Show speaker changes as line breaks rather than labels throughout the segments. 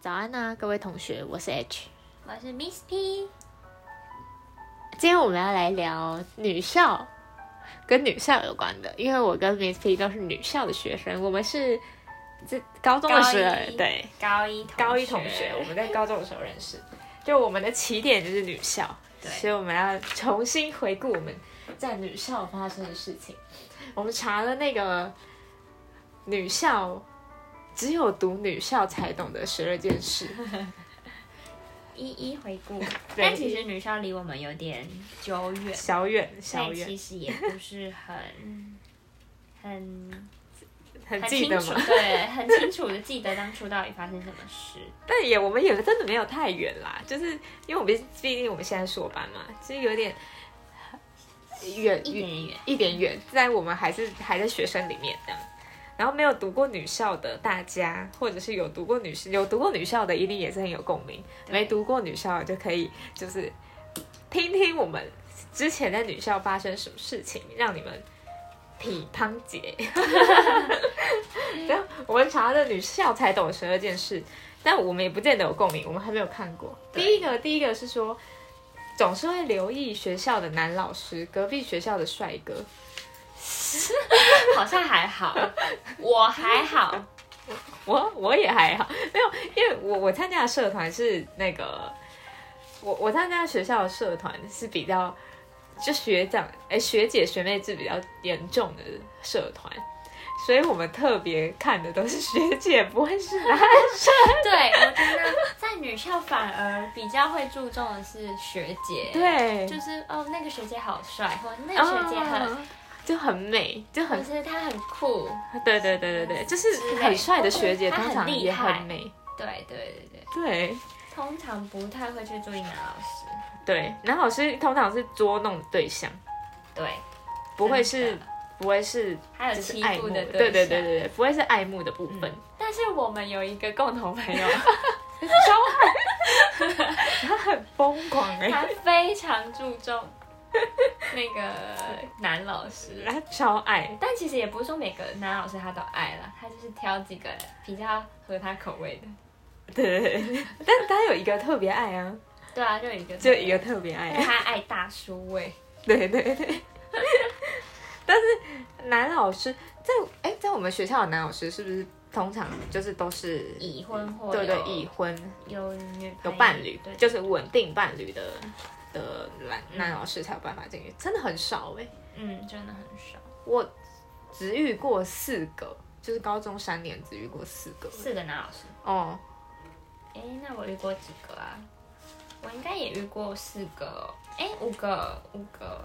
早安呐、各位同学，我是 H。
我是 Miss P，
今天我们要来聊女校，跟女校有关的，因为我跟 Miss P 都是女校的学生，我们是这高中的时
高
候，
一
对，
高一同
高一同学，我们在高中的时候认识，就我们的起点就是女校，
对
所以我们要重新回顾我们在女校发生的事情。我们查了那个女校，只有读女校才懂得十二件事，
一一回顾。
对
但其实女校离我们有点久远，
小远小
所以
远
其实也不 是很很
很
很
记
清
得
楚，
吗？
对，很清楚的记得当初到底发生什么 事。
但也我们也真的没有太远啦，就是因为我们毕竟我们现在硕班嘛，其实有点远
一点远，
一点远，在我们还是还在学生里面这样。然后没有读过女校的大家，或者是有读过女有读过女校的，一定也是很有共鸣。
对
没读过女校的就可以就是听听我们之前在女校发生什么事情，让你们匹乓姐。然后我们查的女校才懂十二件事，但我们也不见得有共鸣，我们还没有看过。第一个，第一个是说，总是会留意学校的男老师，隔壁学校的帅哥。
好像还好， 我还好，
我我也还好，没有，因为我我参加的社团是那个，我我参加学校的社团是比较就学长哎、学姐学妹制比较严重的社团，所以我们特别看的都是学姐，不会是男
对我觉得在女校反而比较会注重的是学姐，，
对，
就是哦那个学姐好帅，或那个学姐很，
啊就很美，就
或
很
是她很酷，
对对对对对，就是
之类
很帅的学姐
她很
通常
厉
也
害
很美，
对对对对，
对
通常不太会去注意男老师，
对，男老师通常是捉弄对象，
对，
不会
真的
是不会是
还有
就是
欺
爱
负
慕
的
对对对
象。
对对，不会是爱慕的部分。
但是我们有一个共同朋 友，
他很疯狂哎、
他非常注重那个男老师，
他超爱，
但其实也不是说每个男老师他都爱啦，他就是挑几个比较合他口味的。
对对对，但他有一个特别爱啊，
对啊，就有一个，
就一个，特别爱，啊
他爱大叔味，
对对对。但是男老师在哎、在我们学校的男老师是不是通常就是都是
已婚或
对对
有
已婚哦嗯
有女朋友
有伴侣，
对，
就是稳定伴侣的的男男老师才有办法进去，真的很少哎、
嗯，真的很少，
我只遇过四个，就是高中三年只遇过四个
四个男老师。
哦，
哎，那我遇过几个啊？我应该也遇过四个哦，哎，五个，五个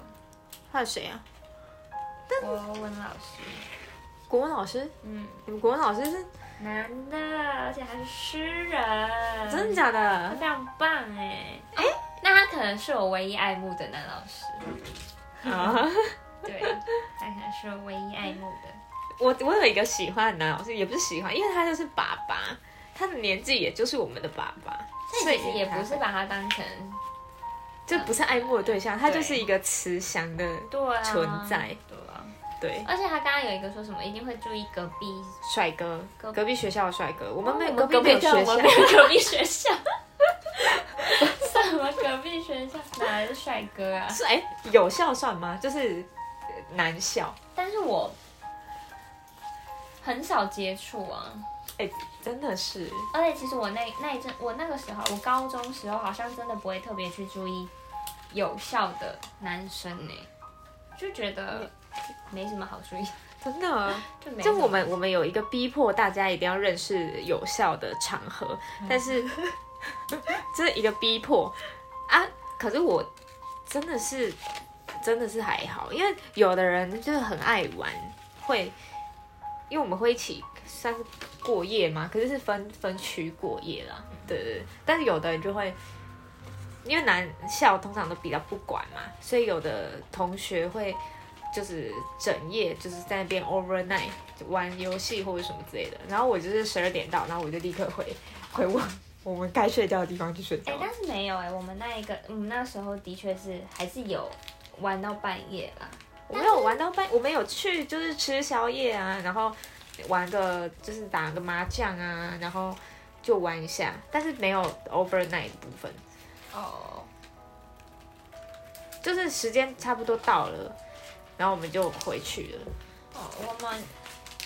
还有谁啊？
国文老师，
国文老师，
嗯，
你们国文老师是
男的，而且还是诗人，
真的假的
非？常棒哎！哎、那他可能是我唯一爱慕的男老师，
啊，
对，他可能是我唯一爱慕的。
我我有一个喜欢的男老师，也不是喜欢，因为他就是爸爸，他的年纪也就是我们的爸爸，
但其实也不
所
是
以
把他当成
就不是爱慕的对象，他
对
就是一个慈祥的，
对啊
存在，
对啊。
对，
而且他刚刚有一个说什么一定会注意隔壁，
帅哥，
隔哦
隔壁学校的帅哥，哦我们没有
我们
隔壁没有
没有
学
我
校
们，没有隔壁学校， 什么隔壁学校哪来的帅哥啊？
是哎，有校算吗？就是呃男校，
但是我很少接触啊。
哎，真的是，
而且其实我那那一阵，我那个时候，我高中时候好像真的不会特别去注意有效的男生呢、就觉得没什么好注意，
真的。
就
嗯
没什
就
么。
我们我们有一个逼迫大家一定要认识有效的场合，但是这是一个逼迫啊。可是我真的是真的是还好，因为有的人就是很爱玩，会因为我们会一起算是过夜嘛，可是是分分区过夜啦，对对对。但是有的人就会。因为男校通常都比较不管嘛，所以有的同学会就是整夜就是在那边 overnight 玩游戏或者什么之类的。然后我就是十二点到，然后我就立刻回回我我们该睡觉的地方去睡觉
哎、。但是没有哎、我们那一个，我们那时候的确是还是有玩到半夜啦。
我没有玩到半，我们有去就是吃宵夜啊，然后玩个就是打个麻将啊，然后。就玩一下，但是没有 overnight 的部分，
哦，
就是时间差不多到了，然后我们就回去了。
哦，我们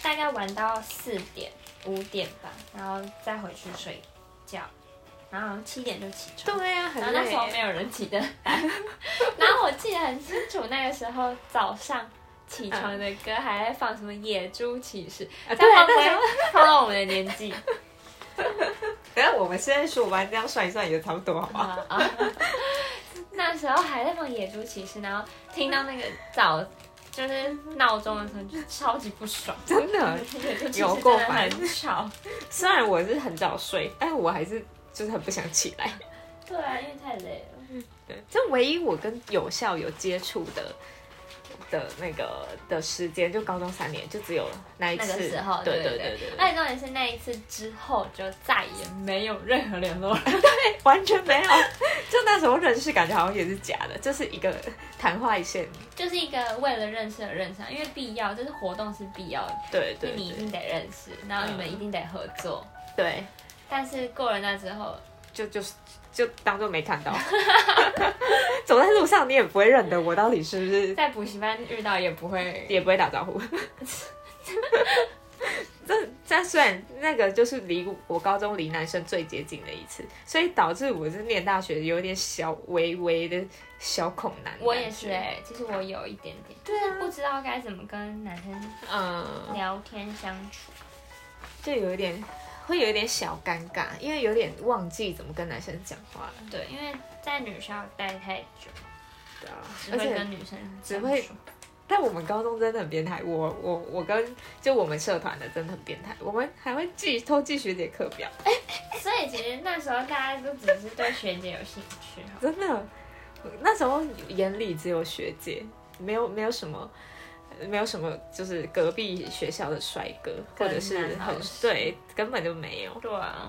大概玩到四点五点吧，然后再回去睡觉，然后七点就起床。
对呀、
然
很
后那时候
累
没。有 人起得来，然后我记得很清楚，那个时候早上起床的歌还在放什么《野猪骑士》，
啊
这
对
样会不
那时候
会透露我们的年 纪？
等一下我们现在说完，这样算一算也差不多，好不好？
啊啊！那时候还在放《野猪骑士》，然后听到那个早就是闹钟的时候，就超级不爽。
真 的，
野猪骑士
有
真
够
的
烦
很吵。
虽然我是很早睡，但我还是就是很不想起来。
对啊，因为太累了。
对，这唯一我跟有效有接触的的那个的时间，就高中三年，就只有那一
那个
次。
时候，
对
对哎
对对对
而且重点是那一次之后，就再也没有任何联络了。
完全没有。 就那时候认识，感觉好像也是假的，就是一个昙花一现。
就是一个为了认识而认识啊，因为必要，就是活动是必要的，
对
就
对嗯
你一
对
定得认识，然后你们一定得合作。
对，
但是过了那之后，
就就是就当做没看到。 走在路上，你也不会认得我到底是不是，
在补习班遇到也不会
也不会打招呼。 这这虽然那个就是离我高中离男生最接近的一次，所以导致我是念大学有点小微微的小恐男。
我也是哎、其实我有一点点，
对啊
不知道该怎么跟男生
嗯，
聊天相处。
就有一点会有一点小尴尬，因为有点忘记怎么跟男生讲话了。
对，因为在女校待太久，
对啊
只
而
会
且
跟女生
只
相
会
处
但我们高中真的很变态，我我我跟就我们社团的真的很变态，我们还会记偷记学姐课表，
所以其实那时候大家都只是对学姐有兴趣哈。
真的，那时候眼里只有学姐，没有没有什么。没有什么，就是隔壁学校的帅哥，或
跟
者是
男
很
老师
对，根本就没有，
对啊，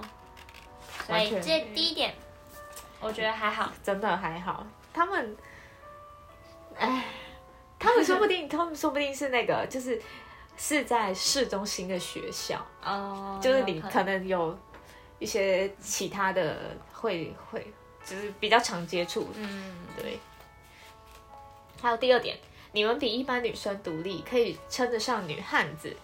所
完
以
全
这第一点，我觉得还好。
真的还好。他们，哎，他们说不定，他们说不定是那个，就是是在市中心的学校，
哦，
就是你
有可
可能有一些其他的会会，就是比较常接触。
嗯，
对。还有第二点，你们比一般女生独立，可以称得上女汉子。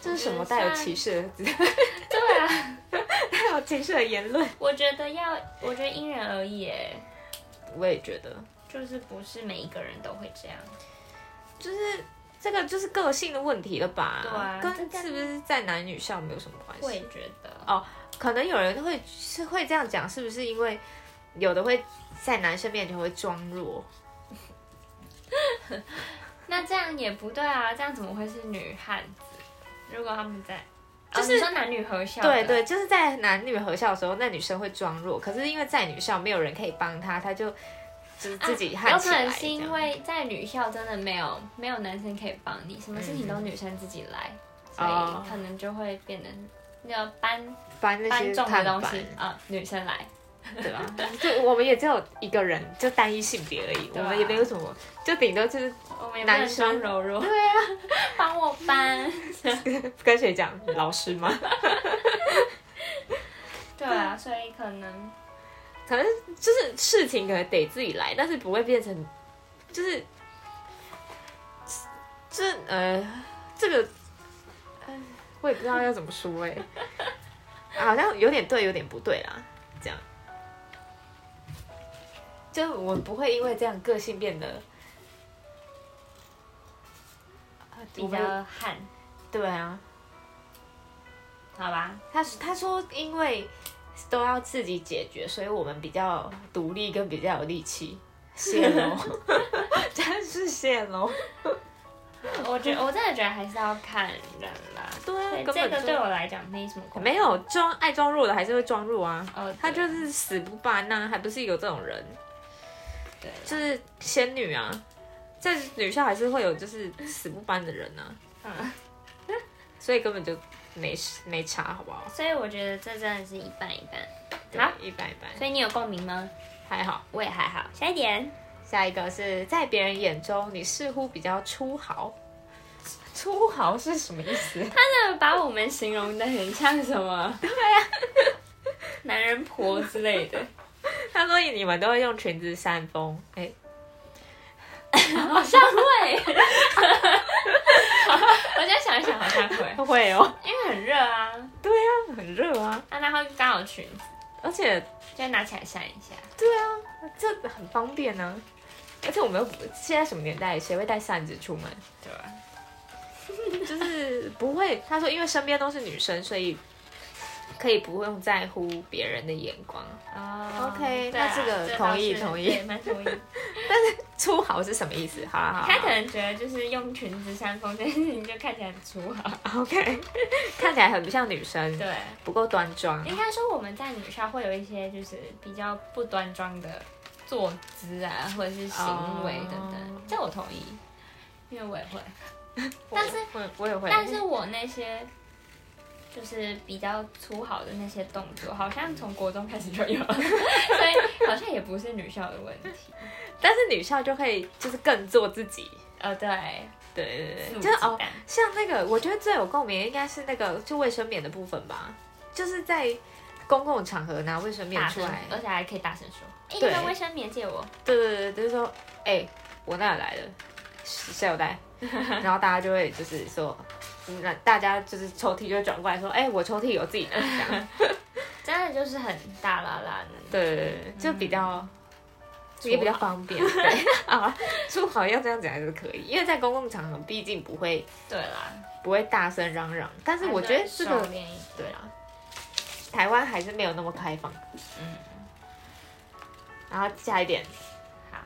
这是什么带有歧视的、
对啊，
带有歧视的言论？
我觉得要，我觉得因人而异耶，
我也觉得，
就是不是每一个人都会这样。
就是这个就是个性的问题了吧？
对啊
跟
这个
是不是在男女校没有什么关系？
我也觉得，
哦可能有人会是会这样讲，是不是因为有的会在男生面前会装弱？
那这样也不对啊，这样怎么会是女汉子？如果他们在，
就
哦
是
你说男女合校，
对，对，就是在男女合校的时候，那女生会装弱，可是因为在女校没有人可以帮她，她就就是自己
啊
焊
有可
起来、
能是因为在女校真的没有没有男生可以帮你，什么事情都女生自己来，所
哦
以可能就会变得那个搬
搬那
搬
些
重
看
的
板
东，西啊，女生来。
对吧？就我们也只有一个人，就单一性别而已，
对
我
啊
们也没有什么，就顶多就是
我们也不
男
能
生
装柔弱，对啊，帮我搬。
跟谁讲老师吗？
对啊，所以可能
可能就是事情可能得自己来，但是不会变成就是这呃这个、呃我也不知道要怎么说哎、 好像有点对，有点不对啦，这样。就我不会因为这样个性变得呃
比较悍，
对啊。
好吧？
他他说因为都要自己解决，所以我们比较独立跟比较有力气。谢喽， 真是谢喽。
我觉我真的觉得还是要看人啦。
对啊
所以
根
这
本
个
就
对我来讲没什么关系。
没有装爱装弱的还是会装弱啊，
哦，
他
对
就是死不罢那，还不是有这种人，
对啦
就是仙女啊，在女校还是会有就是死不搬的人啊，
嗯，
所以根本就没事没差，好不好？
所以我觉得这真的是一半一半。
对
好，
一般一般，
所以你有共鸣吗？
还好。
我也还好。下一点，
下一个是在别人眼中你似乎比较出豪，粗豪是什么意思？
真的 把我们形容的很像什么？对呀、啊男人婆之类的。
他说你们都会用裙子扇风，哎、
好像会。 我现在想一想，好像会，
会哦。
因为很热啊，
对啊，很热啊，
啊，然后刚好裙子，
而且
就拿起来晒一下。
对啊，这很方便啊呢、而且我们又不现在什么年代，谁会带扇子出 门？
对吧？
就是不会。他说，因为身边都是女生，所以可以不用在乎别人的眼光。
哦
OK，
对啊
那这个
倒
同意
是
同意
对蛮同意。
粗豪是什么意思？好 啦好啦
他可能觉得就是用裙子扇风这件事情就看起来很粗豪。
好 OK，看 起来很不像女生，
对，
不够端庄。
应该说我们在女校会有一些就是比较不端庄的坐姿啊，或者是行为等等
哦
这我同意，因为我也会。
但
是
我我也会，
但是我那些就是比较粗豪的那些动作，好像从国中开始就 有，所以好像也不是女校的问题。
但是女校就会就是更做自己。
呃，对，
对对对
肆
对，
无
就是
忌
哦
惮，
像那个，我觉得最有共鸣的应该是那个就卫生棉的部分吧，就是在公共场合拿卫生棉
大
出
声
来，，
而且还可以大声说：“哎，
对
你的卫生棉借我。
对对对，就是说，哎、我哪里来的？谁有 带？然后大家就会就是说，嗯那大家就是抽屉就会转过来说，哎、我抽屉有自己的。这样”
真的就是很大啦啦的，
对对对，就比较。也比较方便， 对啊，说好要这样讲还是可以，因为在公共场合，毕竟不会
对啦。
不会大声嚷嚷，但是我觉得这
还是
个
收敛一点
对啊，台湾还是没有那么开放。嗯
嗯。
然后下一点，
好，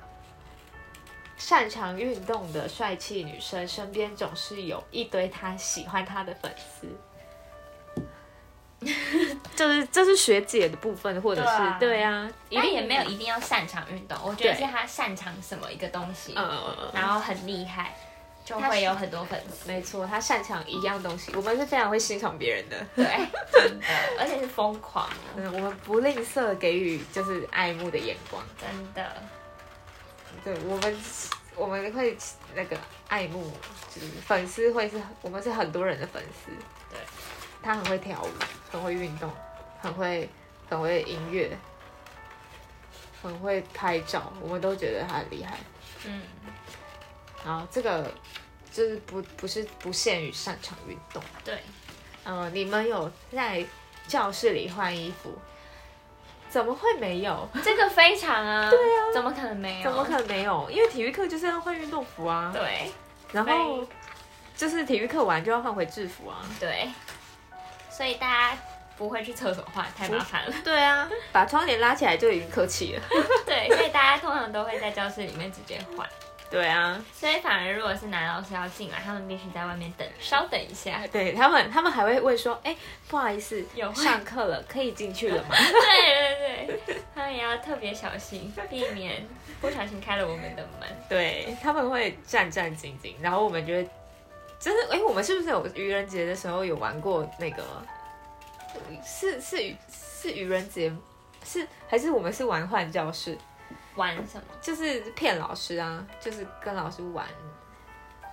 擅长运动的帅气女生身边总是有一堆她喜欢她的粉丝。就是 这是学姐的部分，或者是
对啊
对啊，一
但
定
也没有一定要擅长运动，我觉得
对
是他擅长什么一个东西，
呃，
然后很厉害，就
他
会
是
有很多粉丝。
没错，她擅长一样东西，我们是非常会欣赏别人的，
对， 真的，嗯而且是疯狂的，
嗯，我们不吝啬给予就是爱慕的眼光。
真的。
对我们，我们会那个爱慕，就是粉丝会是，我们是很多人的粉丝。
对，
他很会跳舞，很会运动，很会很会音乐，很会拍照，我们都觉得他很厉害。
嗯，
然后这个就是不不是不限于擅长运动。
对，
嗯、你们有在教室里换衣服？怎么会没有？
这个非常啊，对啊，怎么可能没有？
怎么可能没有？因为体育课就是要换运动服啊。
对
然后
所
就是体育课完就要换回制服啊。
对，所以大家不会去厕所换，太麻烦了。
对啊，把窗帘拉起来就已经客气了。
对，所以大家通常都会在教室里面直接换。
对啊，
所以反而如果是男老师要进来，他们必须在外面等，稍等一下。
对他们，他们还会问说：“哎、不好意思，
有啊会
上课了，可以进去了吗
对对对，他们也要特别小心，避免不小心开了我们的门。？”
对，他们会战战兢兢，然后我们就会，真的，哎、我们是不是有愚人节的时候有玩过那个？是是愚是愚人节，是还是我们是玩换教室？
玩什么？
就是骗老师啊，就是跟老师玩，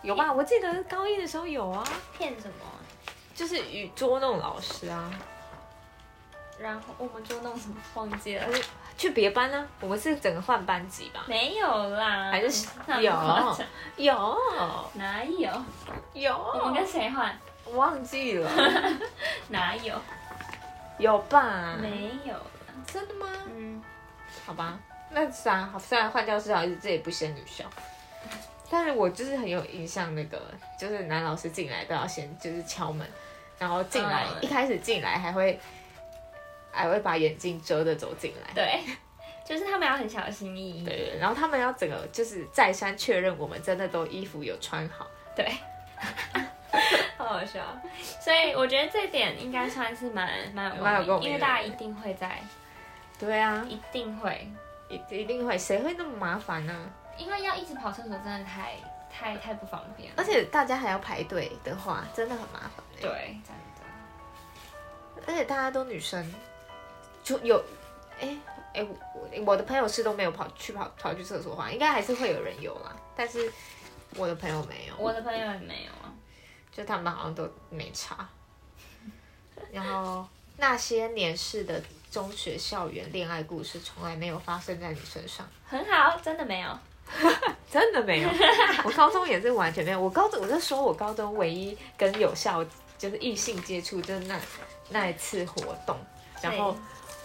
有吧？我记得高一的时候有啊。
骗什么？
就是与捉弄老师啊，
然后我们捉弄什么？忘记了。
去别班呢、我们是整个换班级吧？
没有啦，
还是
那么
有
夸张
有
哪有？
有，
我们跟谁换？
我忘记了，
哪有？
有吧？
没有啦。
真的吗？
嗯，
好吧，那虽然虽然换教室还是这也不限女校，但是我就是很有印象，那个就是男老师进来都要先就是敲门，然后进来、
嗯
一开始进来还会还会把眼镜遮着走进来。
对，就是他们要很小心翼翼。
对对，对然后他们要整个就是再三确认我们真的都衣服有穿好，
对，好好笑。所以我觉得这点应该算是蛮蛮有
蛮有共鸣的
因为大家一定会在，
对啊，
一定会，
一一定会，谁会那么麻烦呢、
因为要一直跑厕所真的太太太不方便了。
而且大家还要排队的话，真的很麻烦、欸。
对，真的，
而且大家都女生，就有，哎、哎、我我的朋友是都没有跑去跑跑去厕所换，应该还是会有人有啦，但是我的朋友没有。
我的朋友也没有啊。
就他们好像都没差。 然后那些年式的中学校园恋爱故事从来没有发生在你身上，
很好，真的没有。
真的 没有。我高中也是完全没有。我高中我就说我高中唯一跟有效就是异性接触就是那那一次活动，然后
对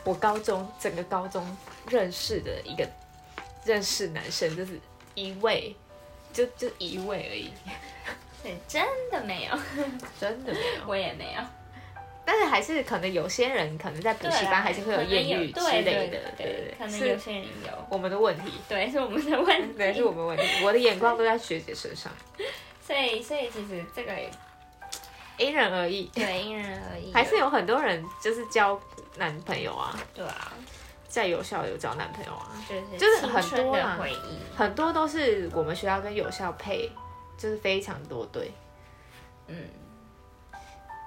我高中整个高中认识的一个认识男生就是一位，就就一位而已，
对，真的没有，
真的没有。
我也没有。
但是还是可能有些人可能在补习
对啊
班还是会有艳遇
可
之
能有
类的对
对，
对
可
对，
能
是
有些人有，
我们的问题，
对，是我们的问题。
对，是我们的问题，我的眼光都在学姐身上，
所以，所以其实这个也
因人而异，
对因人而异，
还是有很多人就是交男朋友啊，
对啊，
在有校有交男朋友啊，
就是
就是
青
很
春
多
的
啦
回忆，
很多都是我们学校跟有校配，就是非常多对，
嗯，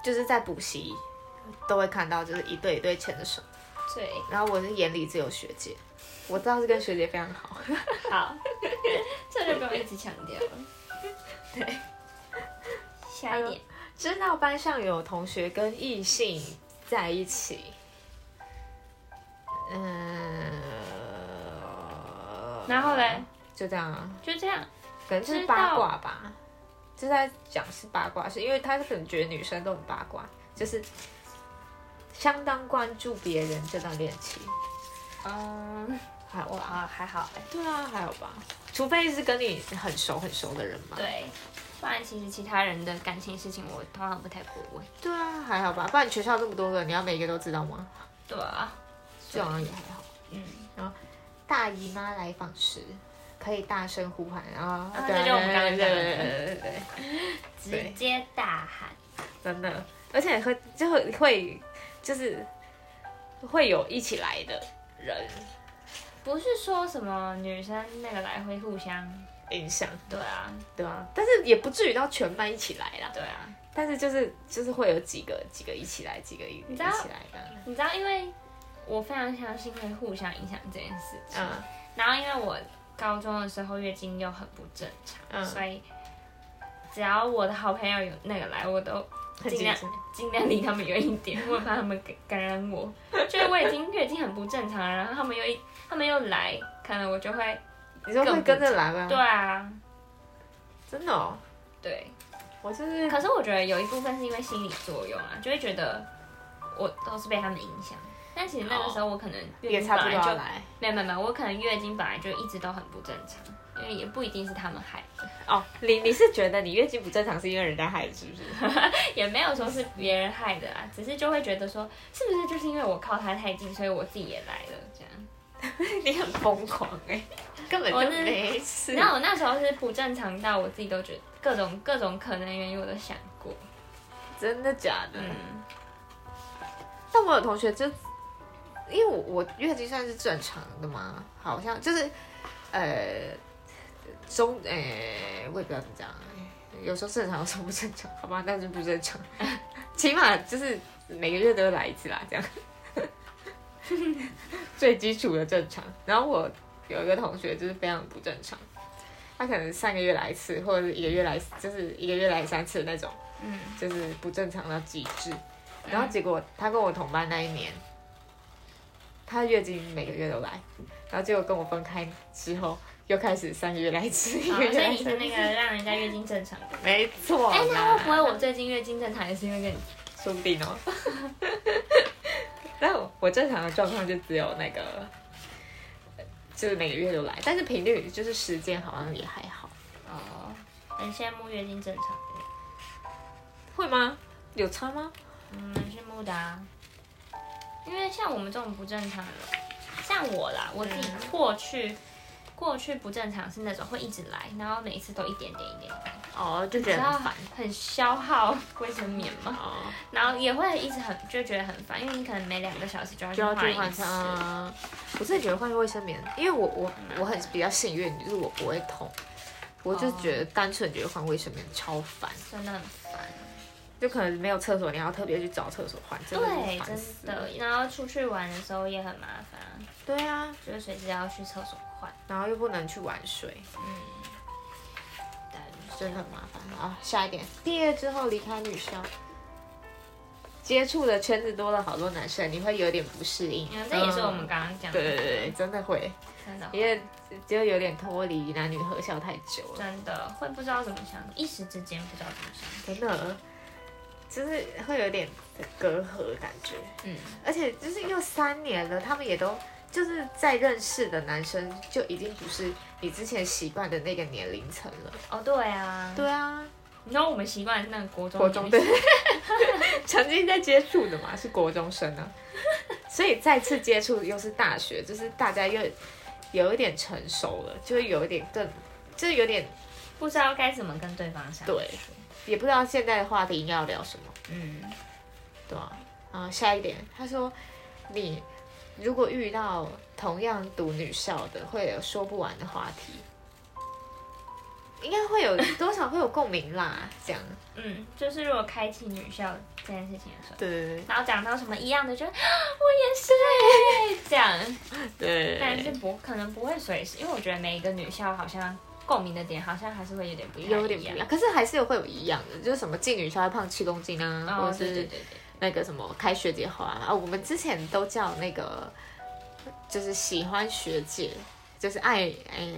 就是在补习都会看到，就是一对一对牵着手，
对，
然后我是眼里只有学姐，我知道是跟学姐非常好，
好， 这就不用一直强调了。对，下一点，
知道班上有同学跟异性在一起，嗯，
然后嘞，
就这样啊，
就这样，
可能就是
知道
八卦吧，就在讲是八卦，是因为他可能觉得女生都很八卦，就是相当关注别人这段恋情，
嗯，
还好
我
吧？
啊还好哎，
对啊，还好吧？除非是跟你很熟很熟的人嘛。
对，不然其实其他人的感情事情我通常不太会问。
对啊，还好吧？不然你学校这么多个，你要每个都知道吗？
对啊，
这好像也还好。
嗯，
大姨妈来访时，可以大声呼喊，然后
啊这就我们刚刚讲的
对对，
直接大喊，
真的，而且会就会会就是会有一起来的人
不是说什么女生那个来会互相，
影响，
对啊，
对啊，但是也不至于到全班一起来啦，
对啊。
但是就是就是会有几个几个一起来，几个一一
你
起
知道
来的，
你知道，因为我非常相信会互相影响这件事情。
嗯
然后因为我高中的时候月经又很不正常，
嗯
所以只要我的好朋友有那个来，我都
很
尽
紧
量
张
尽量离他们远一点，我很怕他们感感染我。就是我已经月经很不正常了，然后他们又一他们又来，可能我就会
你说会跟着来吗？
对，啊，
真的哦，
对。
我就是
可是我觉得有一部分是因为心理作用啊，就会觉得我都是被他们影响。但其实那个时候我可能月
也
经
差
本
不多啊
来
要
就
来
没有没有没有，我可能月经本来就一直都很不正常，因为也不一定是他们害的，
哦，你你是觉得你月经不正常是因为人家害的，是 不是？
也没有说是别人害的啊，只是就会觉得说，是不是就是因为我靠他太近，所以我自己也来了这样。
你很疯狂哎、 根本
欸我
就是没事。
然后我那时候是不正常到我自己都觉得各种各种可能原因我都想过，
真的假的？
嗯，
但我有同学就，因为我我月经算是正常的嘛，好像就是呃中呃，我也不知道怎么讲，有时候正常，有时候不正常，好吧，但是不正常， 起码就是每个月都来一次啦，这样 最基础的正常。然后我有一个同学就是非常不正常。他可能三个月来一次，或者是一个月来，就是一个月来三次的那种，
嗯，
就是不正常到极致。然后结果他跟我同班那一年，他月经每个月都来，然后结果跟我分开之后，又开始三个月来一次，一
好
个
哦所
月
以
来一
你是
次，
那个让人家月经正常的。
没错啦。
哎、那会不会我最近月经正常也是因为跟你？
说不定哦。 但我正常的状况就只有那个，呃就是每个月都来，但是频率就是时间好像也还好，
哦，很羡慕月经正常的，
会吗？有差吗？
嗯，很羡慕的啊。因为像我们这种不正常的，像我啦，我自己过去、过去不正常是那种会一直来，然后每一次都一点点一点点，
哦，就觉
然
得
后
很烦。
很消耗卫生棉嘛，
哦，
然后也会一直很就觉得很烦，因为你可能每两个小时就要去
就要去
换
换
一次
上。。我真的觉得换卫生棉，因为我我
嗯
我很比较幸运，就是我不会痛，我就觉
哦
得单纯觉得换卫生棉超烦，
真的很烦，
就可能没有厕所，你还要特别去找厕所换，真的是，
对
烦死
真的。然后出去玩的时候也很麻烦，
对啊，
就是随时要去厕所换。嗯
然后又不能去玩水，
但是
真的很麻烦啊。下一点，毕业之后离开女校，接触的圈子多了好多男生，你会有点不适应。
嗯，这也是我们刚刚讲的，
对对对对，真的会，
真的
因为就有点脱离男女合校太久了，
真的会不知道怎么想，一时之间不知道怎
真
么想。
的，就是会有点隔阂的感觉。
嗯，
而且就是又三年了，他们也都就是在认识的男生就已经不是你之前习惯的那个年龄层了。
哦对啊，
对啊，
你知道我们习惯是那个国中
国中对
女生，
曾经在接触的嘛，是国中生啊，所以再次接触又是大学，就是大家又有一点成熟了，就是有一点更，就是有点
不知道该怎么跟对方相处。
对也不知道现在的话题应该要聊什么，
嗯，
对啊，啊，下一点，他说你如果遇到同样读女校的，会有说不完的话题。 应该会有多少会有共鸣啦， 这样。
嗯，就是如果开启女校这件事情的时候，
对对
然后讲到什么一样的，就 我也是这样，
对
但是不可能不会随时，因为我觉得每一个女校好像共鸣的点好像还是会有点不一样，
有点不一样，。可是还是会有一样的，就是什么妓女校会胖七公斤啊，
哦
或，者
对对
是
对
那个什么开学姐花啊，我们之前都叫那个就是喜欢学姐，就是爱哎呀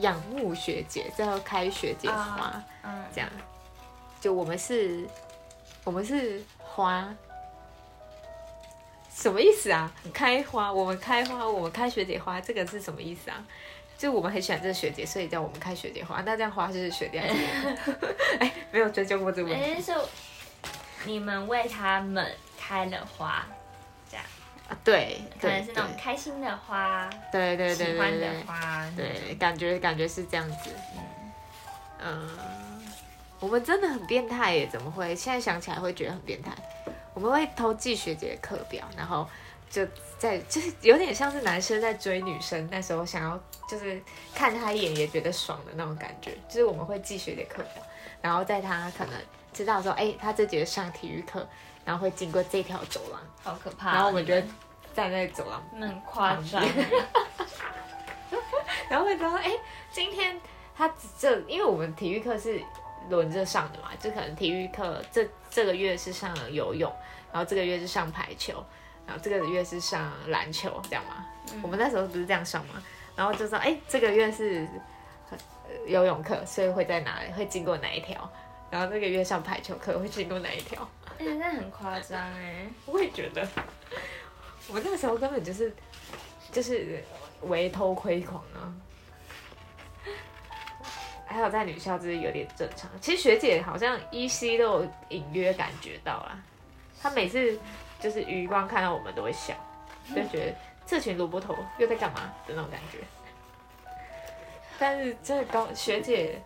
仰慕学姐，叫开学姐
对，
花、
啊嗯，
这样。就我们是，我们是花，什么意思啊？开花，我们开花，我们开学姐花，这个是什么意思啊？就我们很喜欢这个学姐，所以叫我们开学姐花。那这样花是学姐还是我？ 哎，没有追究过这个问题
哎、是你们为他们开了花，
啊。对，
可
对
能是那种开心的花，
对对对对
喜
对
欢
对
的花，
对，感觉感觉是这样子。嗯，我们真的很变态耶，怎么会？现在想起来会觉得很变态。我们会偷记学姐的课表，然后就在就是有点像是男生在追女生，那时候想要就是看她一眼也觉得爽的那种感觉。就是我们会记学姐课表，然后在她可能知道说，哎、她这节上体育课，然后会经过这条走廊，
好可怕、
然后我们就会
得
站在走廊
你们很夸张，
然后会知道，哎、今天他这，因为我们体育课是轮着上的嘛，就可能体育课这这个月是上游泳，然后这个月是上排球，然后这个月是上篮球，这样嘛。我们那时候不是这样上嘛，然后就说，哎、这个月是呃游泳课，所以会在哪里，会经过哪一条？然后这个月上排球课会经过哪一条？
哎真的很夸张哎，
我也觉得，我那时候根本就是就是为偷窥狂啊。还有在女校就是有点正常，其实学姐好像依稀都有隐约感觉到啦。她每次就是余光看到我们都会笑，就觉得这群萝卜头又在干嘛的那种感觉。但是这高学姐，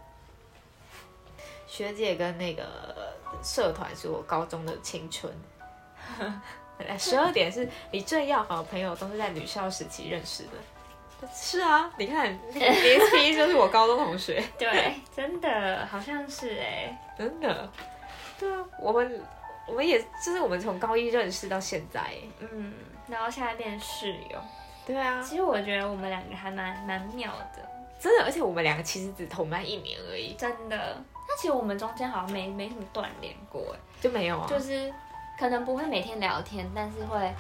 学姐跟那个社团是我高中的青春。 十二点是你最要好的朋友，都是在女校时期认识的。是啊，你 看那个 DSP 就是我高中同学，
对，真的好像是哎，
真的。对啊，我们我们也就是我们从高一认识到现在。
嗯，然后现在变室友，
对啊，
其实我觉得我们两个还蛮蛮妙的，
真的，而且我们两个其实只同班一年而已，
真的。那其实我们中间好像没没什么断联过哎。
就没有啊。
就是可能不会每天聊天，但是会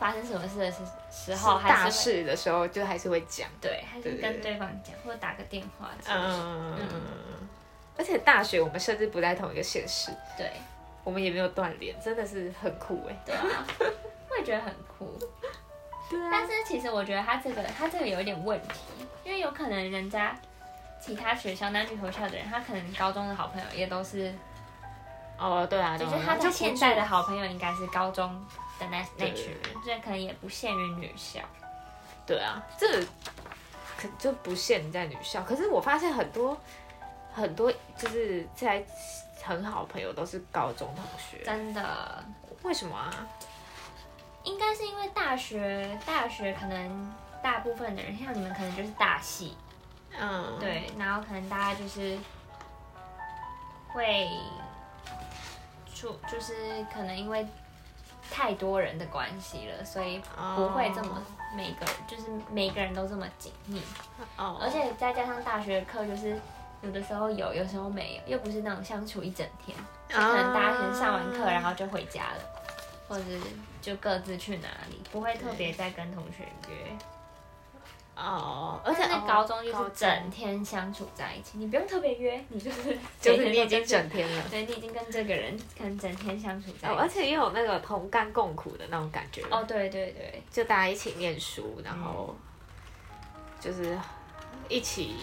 发生什么事的时时
是
候，
大
还是会
事的时候就还是会讲。
对，还是
对对
跟
对
对方讲或者打个电话之类的。
嗯，而且大学我们甚至不在同一个县市，
对
我们也没有断联，真的是很酷哎、
对啊，我也觉得很酷。
对啊
但是其实我觉得他这个他这个有一点问题，因为有可能人家其他学校男女合校的人，他可能高中的好朋友也都是，
哦，对啊，
就
对啊
是他
对啊
的现在的好朋友应该是高中的那那
对
群人，所以可能也不限于女校。
对啊，这个可就不限在女校。可是我发现很多很多就是在很好朋友都是高中同学，
真的，
为什么啊？
应该是因为大学，大学可能大部分的人，像你们可能就是大系，
嗯，，
对，然后可能大家就是会出，就是可能因为太多人的关系了，所以
哦
不会这么每个就是每个人都这么紧密，
哦，
而且再加上大学课就是有的时候有，有时候没有，又不是那种相处一整天，就可能大家可能上完课然后就回家了，或者是就各自去哪里，不会特别再跟同学约。
哦，
而且在
哦
高中就
高
是
中
整天相处在一起，你不用特别约，你就是
就是你已经
整
整
天
天了
都，对你已经跟这个人可能整天相处在
哦，而
一起。
且也有那个同甘共苦的那种感觉，
哦，对嗯对对，
就大家一起念书，然后就是一起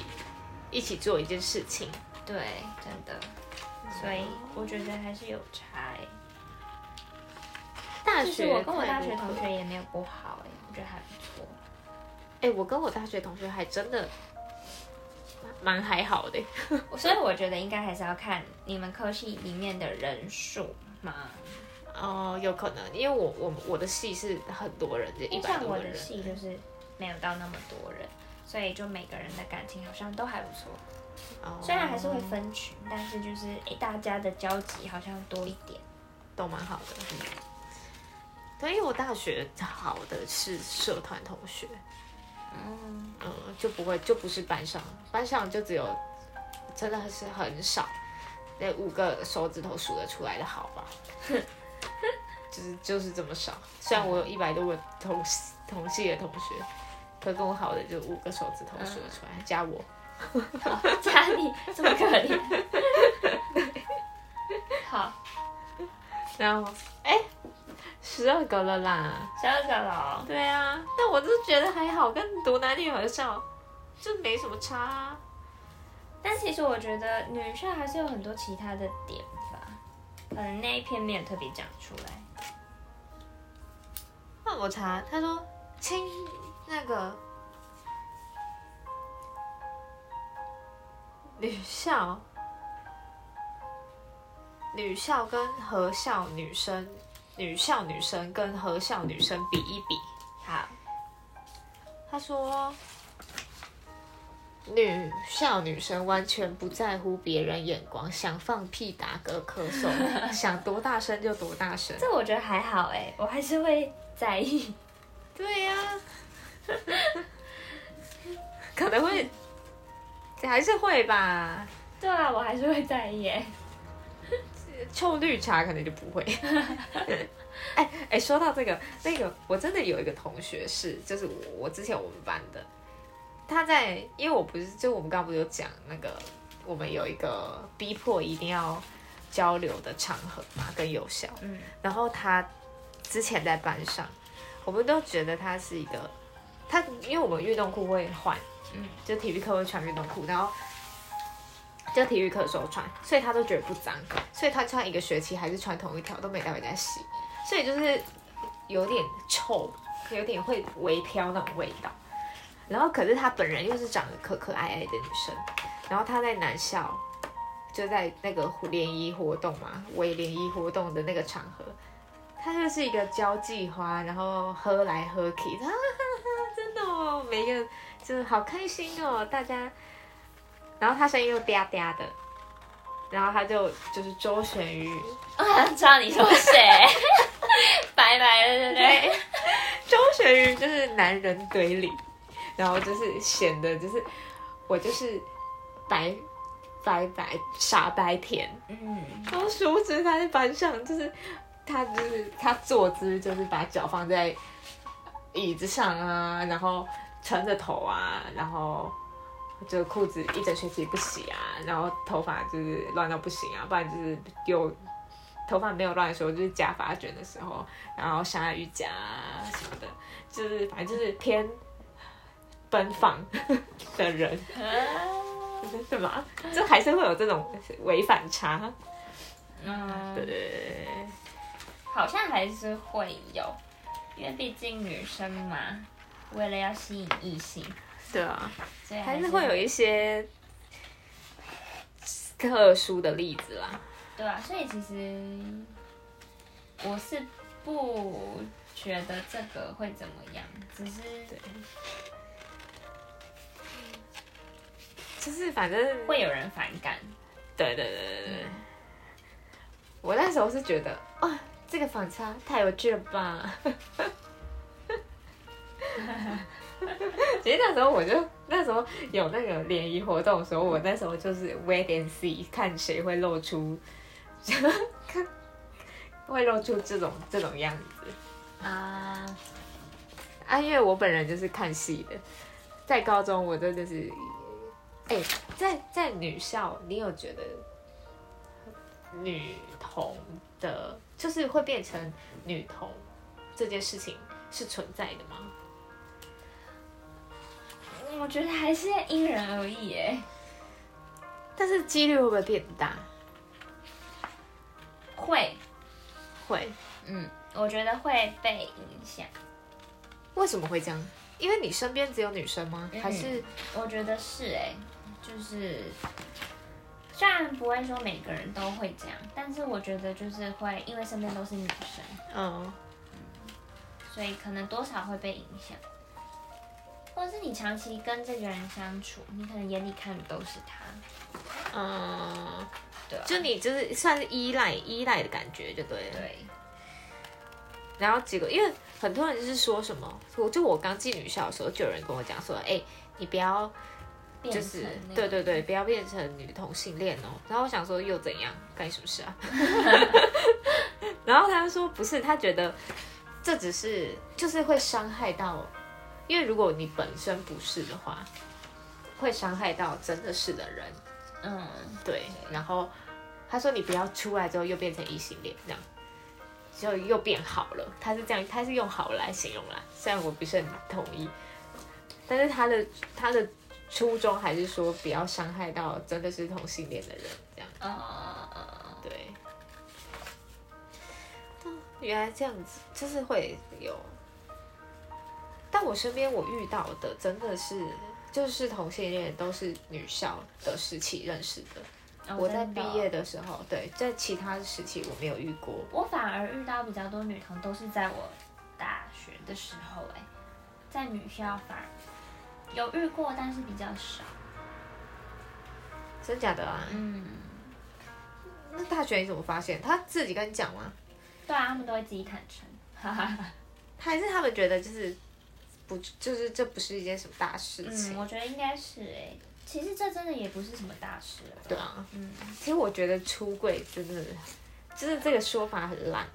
一起做一件事情，
对，真的，所以我觉得还是有差欸。
大
其
学
实我跟我大
太
学
不
同
合
学也没有不好哎、我觉得还不错。
哎、我跟我大学同学还真的蛮蛮还好的，
所以我觉得应该还是要看你们科系里面的人数嘛。
哦、有可能，因为我我我的系是很多人，就一百
像
多
我
个
的
人，
系就是没有到那么多人，所以就每个人的感情好像都还不错。
哦
虽然还是会分群，但是就是诶大家的交集好像多一点。
都蛮好的。嗯对，因为我大学好的是社团同学，
嗯，
嗯，就不会就不是班上，班上就只有真的是很少，那五个手指头数得出来的好吧， 就是就是这么少。虽然我有一百多个同系同系的同学，可跟我好的就五个手指头数得出来，加我。
好， 家里这么可怜。 好，
然后，哎，十二个了啦。
十二个了哦，
对啊，但我就是觉得还好，跟读男女合校就没什么差、啊。
但其实我觉得女校还是有很多其他的点吧，可能那一篇没有特别讲出来。
那我查，他说清那个女校，女校跟合校女生，女校女生跟合校女生比一比，
好，
他说，女校女生完全不在乎别人眼光，想放屁、打嗝、咳嗽，想多大声就多大声。
这我觉得还好哎、我还是会在意。
对呀、可能会，还是会吧。
对啊，我还是会在意哎、
臭绿茶可能就不会。 哎哎，说到这个，那个我真的有一个同学是，就是我我之前我们班的，他在，因为我不是，就我们刚刚不是有讲那个，我们有一个逼迫一定要交流的场合嘛，跟有效。
嗯，
然后他之前在班上，我们都觉得他是一个，他因为我们运动裤会换，
嗯，
就体育课会穿运动裤，然后就体育课的时候穿，所以他都觉得不脏，所以他穿一个学期还是穿同一条，都没带回家洗，所以就是有点臭，有点会微飘那种味道。然后可是她本人又是长得可可爱爱的女生，然后她在男校。就在那个联谊活动嘛，微联谊活动的那个场合，她就是一个交际花，然后喝来喝去，哈哈哈，真的哦，每个就是好开心哦，大家。然后他声音又嗲嗲的，然后他就就是周旋于
我好像知道啊你说 谁，拜拜 了，对不对？
周旋于就是男人堆里，然后就是显得就是我就是白白白傻白甜，
嗯，
然后殊不知他在班上就是他就是他坐姿就是把脚放在椅子上啊，然后撑着头啊，然后就裤子一整学期不洗啊，然后头发就是乱到不行啊，不然就是有头发没有乱的时候就是假发卷的时候，然后沙瑜伽啊什么的，就是反正就是偏奔放 的人，对吗？就还是会有这种违反差。
嗯，
对，
好像还是会有，因为毕竟女生嘛，为了要吸引异性，
对啊，
所以
还
是
是会有一些特殊的例子啦。
对啊，所以其实我是不觉得这个会怎么样，只是
就是反正
会有人反感。
对对对对对，嗯我那时候是觉得啊，这个反差太有趣了 吧。其实那时候我就那那时候有那个联谊活动的时候，我那时候就是 wait and see，看谁会露出， 看会露出这种这种样子。
啊，
啊，因为我本人就是看戏的，在高中我真的是，哎、在在女校，你有觉得女童的，就是会变成女童这件事情是存在的吗？
嗯我觉得还是因人而异哎，
但是几率会不会变大？
会，
会，
嗯，我觉得会被影响，
为什么会这样？因为你身边只有女生吗？还是
我觉得是哎，就是虽然不会说每个人都会这样，但是我觉得就是会，因为身边都是女生，
嗯，
所以可能多少会被影响，或者是你长期跟这个人相处，你可能眼里看的都是他，
嗯，
对啊
就你就是算是依赖依赖的感觉就对了。
对，
然后结果，因为很多人就是说什么，我就我刚进女校的时候，就有人跟我讲说，哎、你不要
变
就是
成那个
对对对，不要变成女同性恋哦。然后我想说又怎样，干你什么事 啊？然后他就说不是，他觉得这只是就是会伤害到，因为如果你本身不是的话，会伤害到真的是的人。
嗯，
对，然后他说你不要出来之后又变成异性恋这样，就又变好了。他是这样，他是用好来形容啦，虽然我不是很同意，但是他的他的初衷还是说不要伤害到真的是同性恋的人这样。
呃，
对，原来这样子就是会有，但我身边我遇到的真的是。就是同性恋都是女校的时期认识的，
哦
我在
真
毕
的哦
业的时候，对，在其他时期我没有遇过。
我反而遇到比较多女同都是在我大学的时候、哎，在女校反而有遇过，但是比较少。
真假的啊？
嗯，
那大学你怎么发现？他自己跟你讲吗？
对啊，他们都会自己坦诚，哈哈哈。
还是他们觉得就是不就是这不是一件什么大事
嗯，
情？
我觉得应该是哎、其实这真的也不是什么大事了。
对啊，
嗯，
其实我觉得出柜真的就是这个说法很烂，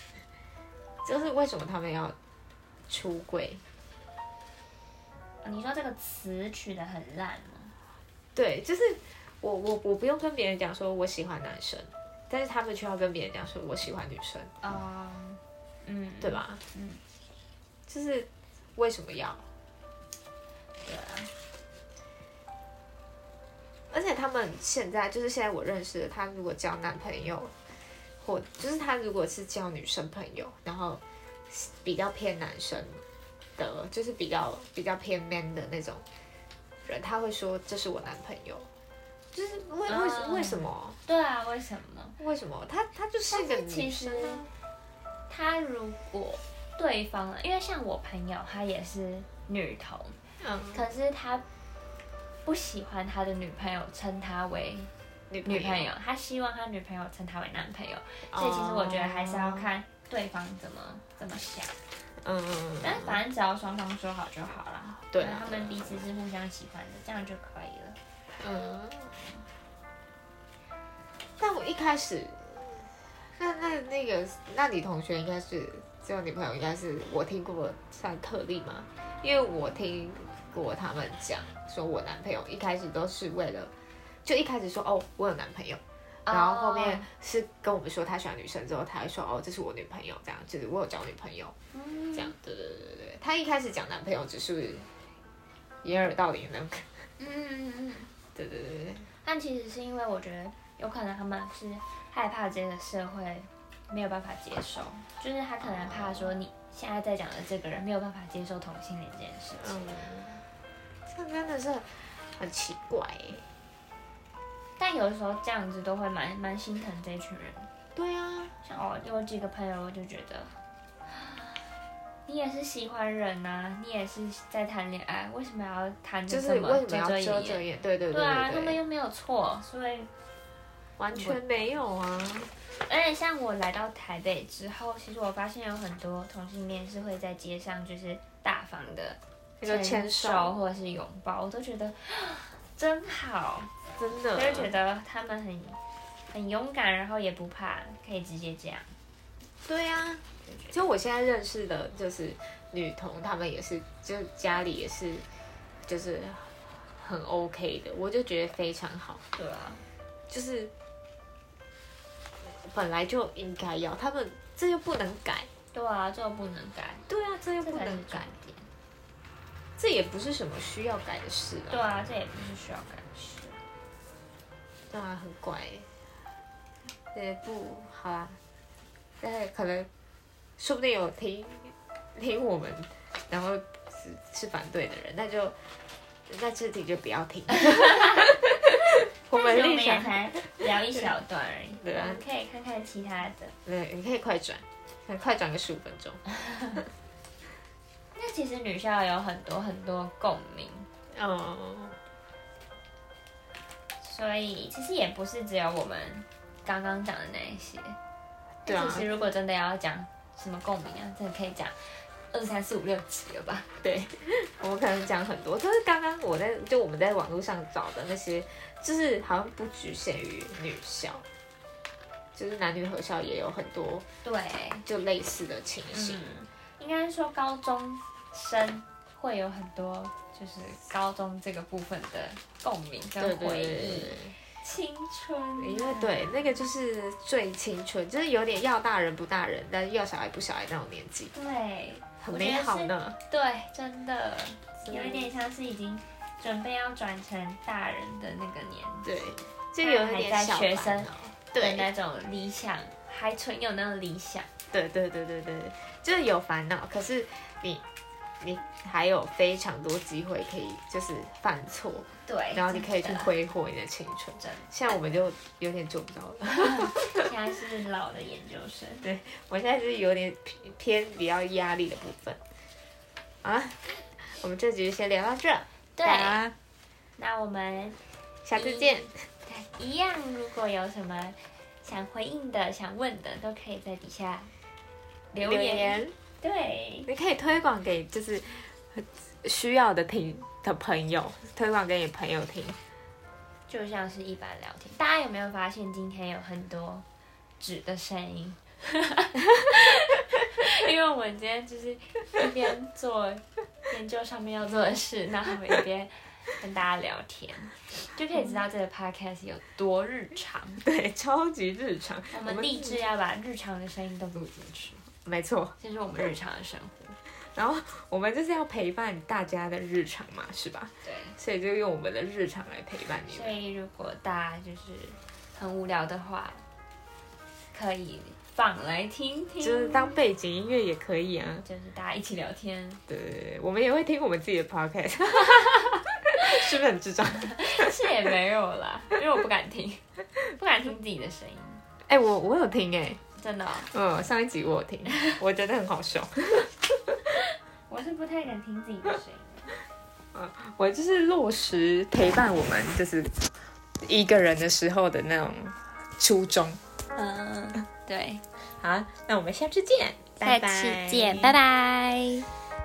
就是为什么他们要出柜？
你说这个词取得很烂吗？
对，就是我我我不用跟别人讲说我喜欢男生，但是他们却要跟别人讲说我喜欢女生，
哦，嗯，
对吧？
嗯，
就是为什么要？
对啊，
啊而且他们现在就是现在我认识的，他如果交男朋友，或就是他如果是交女生朋友，然后比较偏男生的，就是比较比较偏 man 的那种人，他会说这是我男朋友，就是为为什
嗯
为什么
对啊，为什么？
为什么他他就是一个
但是其
女
实
生啊
他如果对方，因为像我朋友，她也是女同，
嗯
可是他不喜欢他的女朋友称他为
女
女朋
嗯
友，他希望他女朋友称他为男朋友。
哦
所以其实我觉得还是要看对方怎么怎么想，
嗯嗯
但是反正只要双方说好就好啦。
对啊
那他们彼此是互相喜欢的，这样就可以了。
嗯，但我一开始，那那那个，那你同学应该是，就你朋友应该是我听过算特例吗？因为我听过他们讲，说我男朋友一开始都是为了，就一开始说哦我有男朋友，然后后
哦
面是跟我们说他喜欢女生之后，他还说哦这是我女朋友，这样就是我有交女朋友，
嗯
这样对对对对对，他一开始讲男朋友只是掩耳盗铃的那种，
嗯嗯嗯，
对对对对。
但其实是因为我觉得有可能他们是害怕这个社会没有办法接受，就是他可能怕说你现在在讲的这个人没有办法接受同性恋这件事情。
嗯，这真的是很奇怪耶。
但有的时候这样子都会蛮蛮心疼这一群人。
对啊，
像我有几个朋友，我就觉得，你也是喜欢人啊，你也是在谈恋爱，为什么要谈
就
得
是
这
为
么
什么要
遮
遮
掩
遮
掩？
掩？对对
对啊，他
对
们
对，
又没有错，所以
完全没有啊。
而且像我来到台北之后，其实我发现有很多同性恋是会在街上就是大方的
那个牵
手
手，
或者是拥抱，我都觉得真好，
真
我
嗯
的
就觉得他们很很勇敢，然后也不怕，可以直接这样。
对啊。
就我现在认识的，就是女童，她们也是，就家里也是，就是很 OK 的，我就觉得非常好，
对啊，
就是本来就应该要，他们这又不能改，
对啊，这个不能改，
对啊，这又
这
不
才是
能
重
改，啊
点。
这也不是什么需要改的事
对
啊，
啊，这也不是需要改的事。
对啊，很乖，也不好啦，但可能说不定有听听我们，然后是是反对的人，那就那这题就不要 听。我们
但是我
立
们也
场
才聊一小段而已，
对啊
我们可以看看其他的。
对，你可以快转，可能快转个十五分钟。
那其实女校有很多很多共鸣，
嗯，
所以其实也不是只有我们刚刚讲的那一些。
对啊
其实如果真的要讲什么共鸣啊，真的可以讲二三四五六集了吧？
对，我们可能讲很多，就是刚刚我在就我们在网络上找的那些，就是好像不局限于女校，就是男女合校也有很多
对，
就类似的情形。
嗯，应该说高中生会有很多就是高中这个部分的共鸣
对
跟
对
嗯回
对
忆，青春啊，
对，因为对那个就是最青春，就是有点要大人不大人，但是要小孩不小孩那种年纪，
对
很美好呢。
对，真的有一点像是已经准备要转成大人的那个年纪
对，就有一点小烦恼
还在学生的
对
那种理想，还存有那种理想。
对对对对对，对就是有烦恼，可是你你还有非常多机会可以就是犯错，
对，
然后你可以去
哎真的。
挥霍你的青春。
真的
像我们就有点做不到了，
现在是老的研究生，
我现在就是有点偏偏比较压力的部分。啊，我们这局先聊到这，
对，
大家
那我们
下次见，
一样，如果有什么想回应的、想问的，都可以在底下留言。对，
你可以推广给就是 需要的听的朋友，推广给你朋友听。
就像是一般聊天。大家有没有发现今天有很多纸的声音？ 因为我们今天就是一边做研究上面要做的事，然后我们一边跟大家聊天，就可以知道这个 podcast 有多日常。
对，超级日常，
我们立志要把日常的声音都录进去，
没错。
这是我们日常的生活。
然后我们就是要陪伴大家的日常嘛，是吧？
对，
所以就用我们的日常来陪伴你
所
们。
以如果大家就是很无聊的话，可以放来听听，
就是当背景音乐也可以啊，
就是大家一起聊天，
对对对，我们也会听我们自己的 podcast，是不是很智障？
是也没有 啦，因为我不敢听，不敢听自己的声音，
哎、我我有听哎、
真的哦、
嗯，上一集我有听， 我觉得很好笑。
我是不太敢听自己的声音。
我就是落实陪伴我们，就是一个人的时候的那种初衷
嗯，对，
好，那我们下次见，
下
拜拜
期见，拜拜。